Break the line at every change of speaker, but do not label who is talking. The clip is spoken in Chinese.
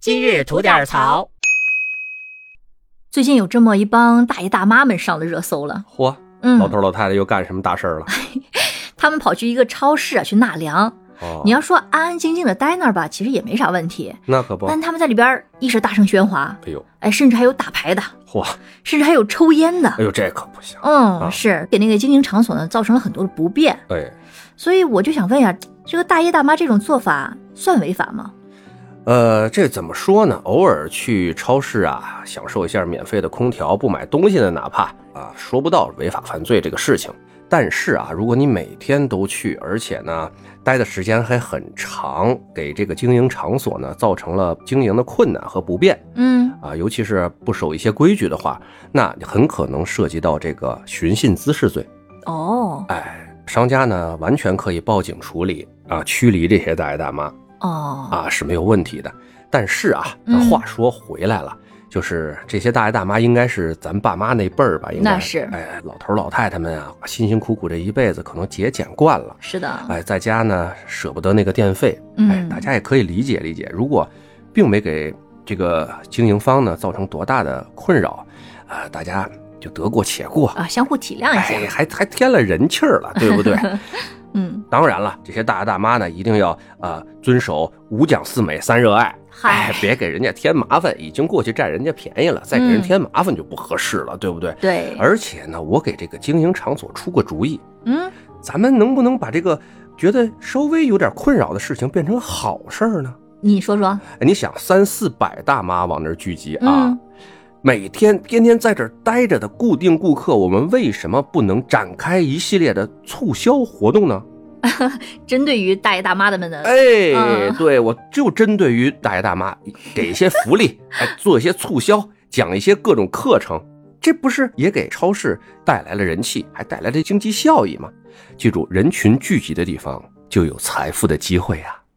今日吐点槽。
最近有这么一帮大爷大妈们上了热搜了，
嚯，
嗯，
老头老太太又干什么大 事儿了？
他们跑去一个超市啊去纳凉。
哦，
你要说安安静静的待那儿吧，其实也没啥问题。
那可不，哎
但他们在里边儿一是大声喧哗，
呦，
哎，甚至还有打牌的，
嚯，
甚至还有抽烟的
哎。呦，这可不行，啊
嗯，是给那个经营场所呢造成了很多的不便。
哎，
所以我就想问呀，这个大爷大妈这种做法算违法吗？
呃，这怎么说呢？偶尔去超市啊，享受一下免费的空调，不买东西的，哪怕啊，说不到违法犯罪这个事情。但是啊，如果你每天都去，而且呢，待的时间还很长，给这个经营场所呢造成了经营的困难和不便，
嗯，
啊，尤其是不守一些规矩的话，那很可能涉及到这个寻衅滋事罪。
哦
哎，商家呢完全可以报警处理啊，驱离这些大爷大妈
哦，
啊是没有问题的。但是啊，
嗯
话说回来了，就是这些大爷大妈应该是咱爸妈那辈儿吧？应该
那是
哎，老头儿老太太们啊，辛辛苦苦这一辈子可能节俭惯了。
是的，
哎，在家呢舍不得那个电费，哎
啊嗯，
大家也可以理解理解。如果并没给这个经营方呢造成多大的困扰，啊、大家就得过且过，
啊，相互体谅
哎
一，下。
还还添了人气儿了，对 不对？
嗯，
当然了，这些大爷大妈呢一定要呃遵守五讲四美三热爱，
嗨
哎，别给人家添麻烦，已经过去占人家便宜了，再给人
嗯
添麻烦就不合适了，对不对？
对，
而且呢，我给这个经营场所出个主意，
嗯，
咱们能不能把这个觉得稍微有点困扰的事情变成好事儿呢？
你说说，
哎你想，三四百大妈往那儿聚集啊，
嗯
每天天天在这儿待着的固定顾客，我们为什么不能展开一系列的促销活动呢？
针对于大爷大妈的们的，
哎，
嗯
对我就针对于大爷大妈，给一些 福利，哎，做一些促销，讲一些各种课程，这不是也给超市带来了人气，还带来了经济效益吗？记住，人群聚集的地方就有财富的机会呀、啊